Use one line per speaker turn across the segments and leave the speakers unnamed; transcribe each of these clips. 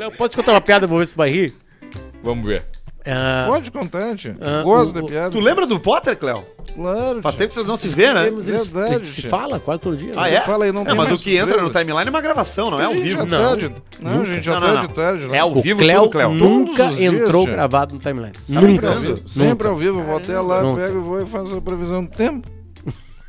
Eu Então, posso contar uma piada pra ver se vai rir?
Vamos ver.
Ah,
Pode contar, tia.
Ah,
Gosto
o-
da
o-
piada.
Tu lembra do Potter, Cléo?
Claro,
Faz
tia.
tempo que vocês não se vê, né?
temos eles-
Verdade,
se
tia.
fala quase todo dia.
Ah,
né?
é?
Você fala aí, não
é,
tem
mas
mais
o que entra no
surpresa.
timeline é uma gravação, não é
A
ao
gente
vivo.
já
Não.
tá de- Não, a gente já
Não,
tá
não,
de
não.
tarde. né?
É ao
O
vivo
Cléo
tudo, Cléo.
nunca
Todos os dias,
entrou
tia.
gravado no timeline.
brincando?
Nunca.
Nunca.
Sempre ao vivo, vou até lá,
Nunca.
pego e vou e faço a previsão do tempo.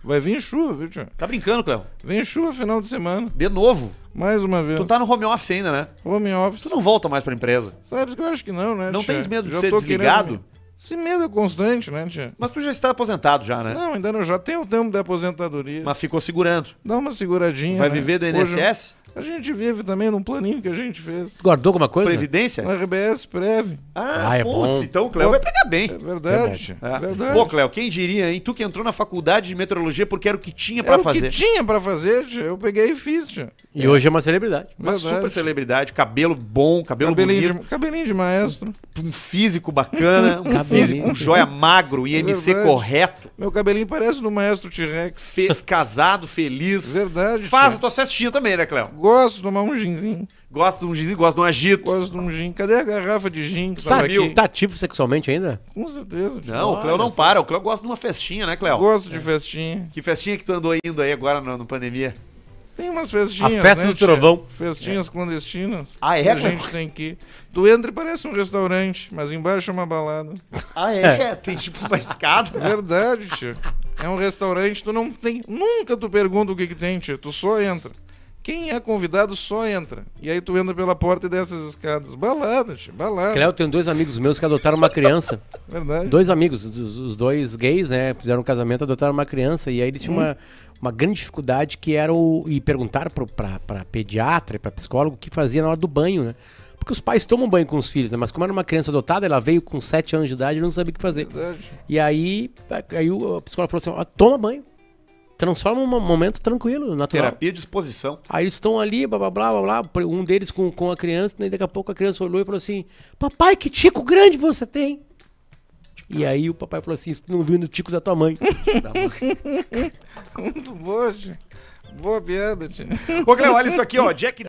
Vai vir chuva, viu, tia?
Tá brincando, Cléo?
Vem chuva final de semana.
De novo.
Mais uma vez.
Tu tá no home office ainda, né?
Home office.
Tu não volta mais pra empresa.
Sabe que eu acho que não, né,
Não
tia?
tens medo de
Já
ser
tô
desligado?
querendo- Esse medo é constante, né, tia?
Mas tu já está aposentado já, né?
Não, ainda não. Já tem o tempo da aposentadoria.
Mas ficou segurando.
Dá uma seguradinha.
Vai
né?
viver do
Hoje-
INSS?
a gente vive também num planinho que a gente fez.
Guardou alguma
é.
coisa?
Previdência?
No RBS breve.
Ah,
Ah, é
putz,
bom.
então o Cléo vai pegar bem.
É verdade.
É.
É verdade.
Pô, Cléo, quem diria, hein? Tu que entrou na faculdade de meteorologia porque era o que tinha pra
Era
fazer.
É o que tinha pra fazer, tia. Eu peguei e fiz, tia.
E hoje é uma celebridade.
Uma
Verdade.
super celebridade, cabelo bom, cabelo
Cabelinho
bonito,
de, cabelinho de maestro.
um físico bacana, um
Cabelinho.
físico, um joia magro, IMC
verdade.
correto,
Meu cabelinho parece do maestro T-Rex.
fe- casado, feliz.
Verdade, tia.
Faz as tuas festinhas também, né, Cléo?
Gosto de tomar um ginzinho.
Gosta de um gizinho, gosta de um agito.
Gosto de um gin. Cadê a garrafa de gin que tava
Sabe,
aqui?
tá ativo sexualmente ainda?
Com certeza, tia.
Não, o Cléo não para, o Cléo gosta de uma festinha, né, Cléo?
Gosto de festinha.
Que festinha que tu andou indo aí agora na, na pandemia?
Tem umas festinhas.
A festa
né,
do trovão.
Festinhas clandestinas.
Ah, é,
Que a
Cleber?
gente tem que ir. Tu entra e parece um restaurante, mas embaixo é uma balada.
Ah, é? Tem tipo uma escada.
Verdade, tio. É um restaurante, tu não tem. Nunca tu pergunta o que, que tem, tio. Tu só entra. Quem é convidado só entra. E aí tu entra pela porta e desce as escadas. Balada, tio. Balada.
Cléo, tem dois amigos meus que adotaram uma criança.
Verdade.
Dois amigos, os, os dois gays, né? Fizeram um casamento, adotaram uma criança. E aí eles tinham uma, uma grande dificuldade que era o. E perguntaram pro, pra, pra pediatra e pra psicólogo o que fazia na hora do banho, né? Porque os pais tomam banho com os filhos, né? Mas como era uma criança adotada, ela veio com 7 anos de idade e não sabia o que fazer.
Verdade.
E aí, aí o psicólogo falou assim: ó, toma banho. Transforma um momento tranquilo, natural.
Terapia de exposição.
Aí eles estão ali, blá blá blá blá blá, um deles com, com a criança, né? daqui a pouco a criança olhou e falou assim: Papai, que tico grande você tem! E aí o papai falou assim: Isso tu não viu no tico da tua mãe.
Muito boa, tio. Boa piada, tio.
Ô, Cléo, olha isso aqui, ó. Jack